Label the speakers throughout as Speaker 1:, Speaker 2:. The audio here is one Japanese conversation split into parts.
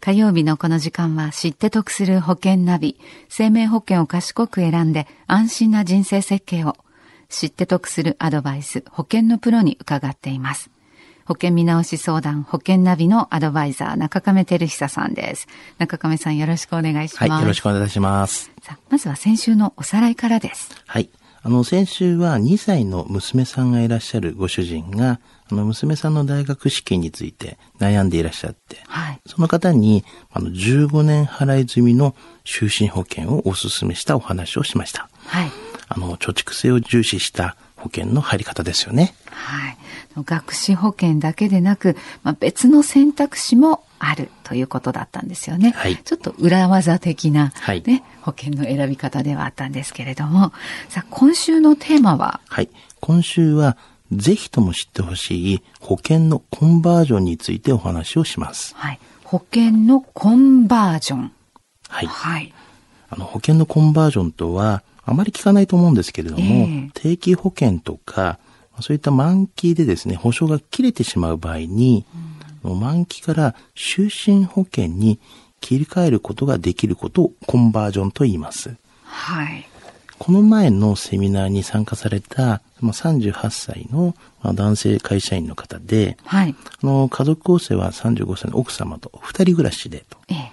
Speaker 1: 火曜日のこの時間は知って得する保険ナビ、生命保険を賢く選んで安心な人生設計を、知って得するアドバイス、保険のプロに伺っています。保険見直し相談、保険ナビのアドバイザー、中亀照久さんです。中亀さんよろしくお願いします。
Speaker 2: はい、よろしくお願いします。
Speaker 1: さあまずは先週のおさらいからです。
Speaker 2: はい。あの、先週は2歳の娘さんがいらっしゃるご主人が、あの、娘さんの大学試験について悩んでいらっしゃって、
Speaker 1: はい。
Speaker 2: その方に、あの、15年払い済みの就寝保険をお勧めしたお話をしました。
Speaker 1: はい。
Speaker 2: あの、貯蓄性を重視した保険の入り方ですよね。
Speaker 1: はい。学資保険だけでなく、まあ、別の選択肢もあるということだったんですよね。
Speaker 2: はい
Speaker 1: ちょっと裏技的な、
Speaker 2: はい
Speaker 1: ね、保険の選び方ではあったんですけれども、さあ、今週のテーマは、
Speaker 2: はい。今週は、ぜひとも知ってほしい保険のコンバージョンについてお話をします。
Speaker 1: はい、保険のコンバージョン。
Speaker 2: はい。
Speaker 1: はい。
Speaker 2: あの保険のコンバージョンとは、あまり聞かないと思うんですけれども、
Speaker 1: ええ
Speaker 2: 定期保険とか、そういった満期でですね、保証が切れてしまう場合に、あの満期から就寝保険に切り替えることができることをコンバージョンと言います。
Speaker 1: はい。
Speaker 2: この前のセミナーに参加された、まあ、38歳のまあ男性会社員の方で、
Speaker 1: はい。
Speaker 2: あの家族構成は35歳の奥様と2人暮らしでと。
Speaker 1: ええ。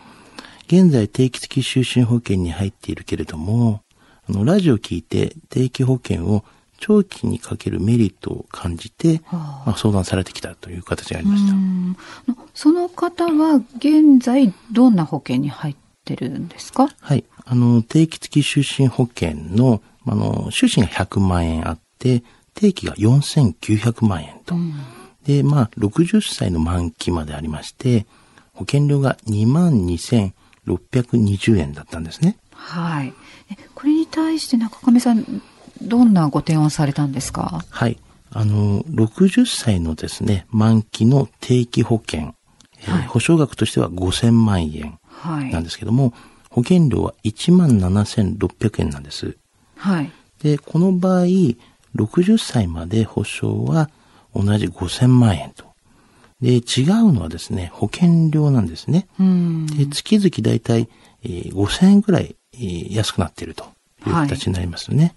Speaker 2: 現在定期的就寝保険に入っているけれども、あの、ラジオを聞いて定期保険を長期にかけるメリットを感じて、
Speaker 1: はあ
Speaker 2: まあ、相談されてきたという形がありまし
Speaker 1: う
Speaker 2: た。
Speaker 1: んあのその方は現在どんな保険に入ってるんですか
Speaker 2: はい。あの、定期的就寝保険の、あの、収支が100万円あって、定期が4900万円と。で、まあ、60歳の満期までありまして、保険料が22,620円だったんですね。
Speaker 1: はい。えこれに対して中亀さん、どんなご提案をされたんですか
Speaker 2: はい。あの、60歳のですね、満期の定期保険、えー
Speaker 1: はい
Speaker 2: 保証額としては5000万円
Speaker 1: は
Speaker 2: なん
Speaker 1: い。
Speaker 2: ですけども、保険料は17,600円なんです。
Speaker 1: はい。
Speaker 2: で、この場合、60歳まで保証は同じ5000万円と。で、違うのはですね、保険料なんですね。
Speaker 1: うん。
Speaker 2: で、月々だいたいえー5000円ぐらいえー安くなっているという形になりますよね。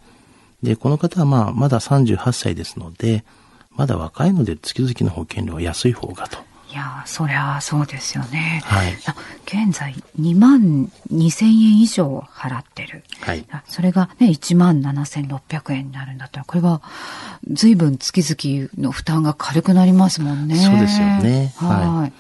Speaker 2: で、この方はまあ、まだ38歳ですので、まだ若いので月々の保険料は安い方がと。
Speaker 1: いやー、そりゃあそうですよね。
Speaker 2: はい
Speaker 1: あ現在、2万2000円以上払ってる。
Speaker 2: はい
Speaker 1: あそれがね、1万7600円になるんだったら、これは、随分月々の負担が軽くなりますもんね。
Speaker 2: そうですよね
Speaker 1: は。
Speaker 2: はい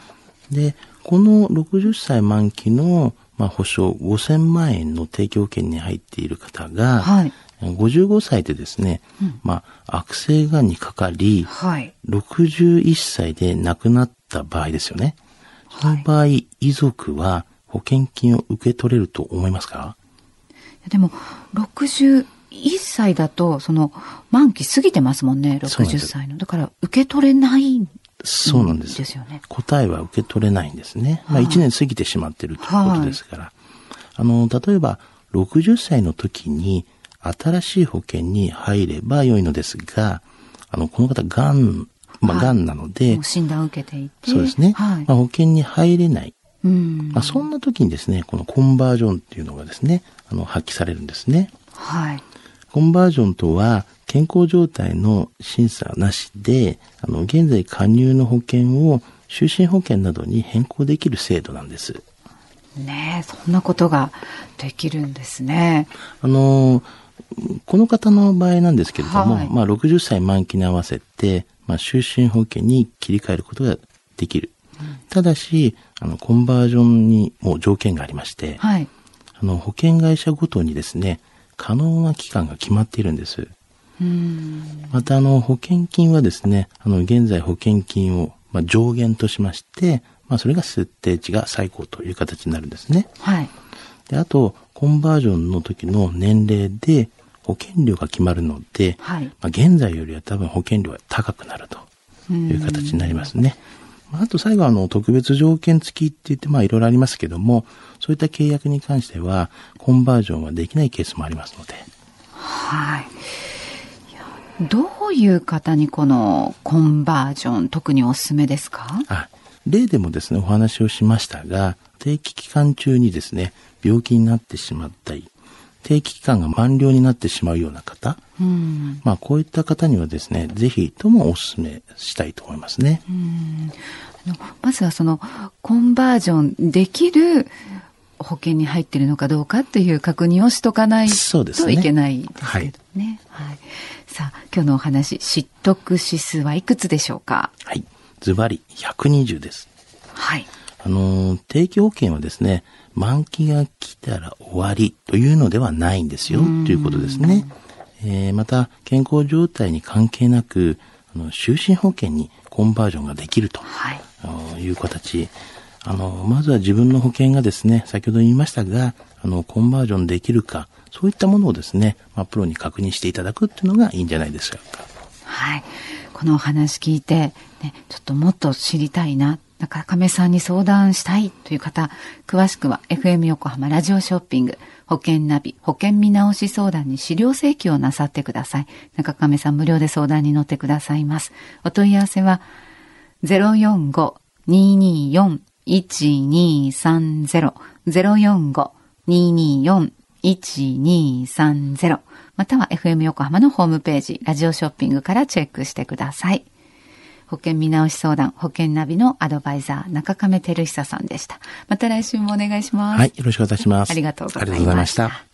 Speaker 2: で、この60歳満期の、まあ、保証5000万円の提供保険に入っている方が、
Speaker 1: はい
Speaker 2: 55歳でですね、まあ、悪性がんにかかり、
Speaker 1: はい。
Speaker 2: 61歳で亡くなった場合ですよね。その場合、遺族は保険金を受け取れると思いますか
Speaker 1: でも、61歳だと、その、満期過ぎてますもんね、
Speaker 2: そうなん
Speaker 1: 60
Speaker 2: です
Speaker 1: 歳の。だから、受け取れないん
Speaker 2: そうなんです。
Speaker 1: ですよね。
Speaker 2: 答えは受け取れないんですね。まあ、1年過ぎてしまってるということですから。あの、例えば、60歳の時に新しい保険に入れば良いのですが、あの、この方、がん、まあ、
Speaker 1: はい
Speaker 2: がんなので、
Speaker 1: もう診断を受けていて。
Speaker 2: そうですね。
Speaker 1: はい。
Speaker 2: まあ、保険に入れない。
Speaker 1: うん。
Speaker 2: まあ、そんな時にですね、このコンバージョンっていうのがですね、あの、発揮されるんですね。
Speaker 1: はい。
Speaker 2: コンバージョンとは、健康状態の審査なしで、あの、現在加入の保険を就寝保険などに変更できる制度なんです。
Speaker 1: ねえ、そんなことができるんですね。
Speaker 2: あの、この方の場合なんですけれども、
Speaker 1: はい
Speaker 2: まあ、60歳満期に合わせて、まあ、就寝保険に切り替えることができる。ただし、あの、コンバージョンにも条件がありまして、
Speaker 1: はい。
Speaker 2: あの、保険会社ごとにですね、可能な期間が決まっているんです。
Speaker 1: うん。
Speaker 2: またあの保険金はですね、あの現在保険金をまあ上限としまして、まあそれが設定値が最高という形になるんですね。
Speaker 1: はい。
Speaker 2: で、あとコンバージョンの時の年齢で保険料が決まるので、
Speaker 1: はい。
Speaker 2: まあ現在よりは多分保険料が高くなるという形になりますね。まああと最後はあの特別条件付きって言ってまあいろいろありますけども、そういった契約に関してはコンバージョンはできないケースもありますので。
Speaker 1: はい。いやどういう方にこのコンバージョン、特におすすめですか
Speaker 2: あ例でもですね、お話をしましたが、定期期間中にですね、病気になってしまったり、定期期間が満了になってしまうような方、
Speaker 1: うん
Speaker 2: まあこういった方にはですね、ぜひともお勧めしたいと思いますね。
Speaker 1: うんあのまずはそのコンバージョンできる保険に入っているのかどうかっていう確認をしとかない
Speaker 2: そうです
Speaker 1: と
Speaker 2: ね
Speaker 1: いけないですけどね。はいさあ今日のお話知得指数はいくつでしょうか
Speaker 2: はい。ズバリ120です。
Speaker 1: はい。
Speaker 2: あのー定期保険はですね、満期が来たら終わりというのではないんですよ、ということですね。えーまた、健康状態に関係なく、あの就寝保険にコンバージョンができると
Speaker 1: はい。
Speaker 2: あのいう形。あの、まずは自分の保険がですね、先ほど言いましたが、あの、コンバージョンできるか、そういったものをですね、まあ、プロに確認していただくっていうのがいいんじゃないですか。
Speaker 1: はい。このお話聞いて、ね、ちょっともっと知りたいな。なんか亀さんに相談したいという方、詳しくは FM 横浜ラジオショッピング、保険ナビ、保険見直し相談に資料請求をなさってください。中亀さん無料で相談に乗ってくださいます。お問い合わせは、045-224-1230または FM 横浜のホームページ、ラジオショッピングからチェックしてください。保険見直し相談、保険ナビのアドバイザー、中亀照久さんでした。また来週もお願いします。
Speaker 2: はい、よろしくお願いします。
Speaker 1: ありがとうございました
Speaker 2: ありがとうございました。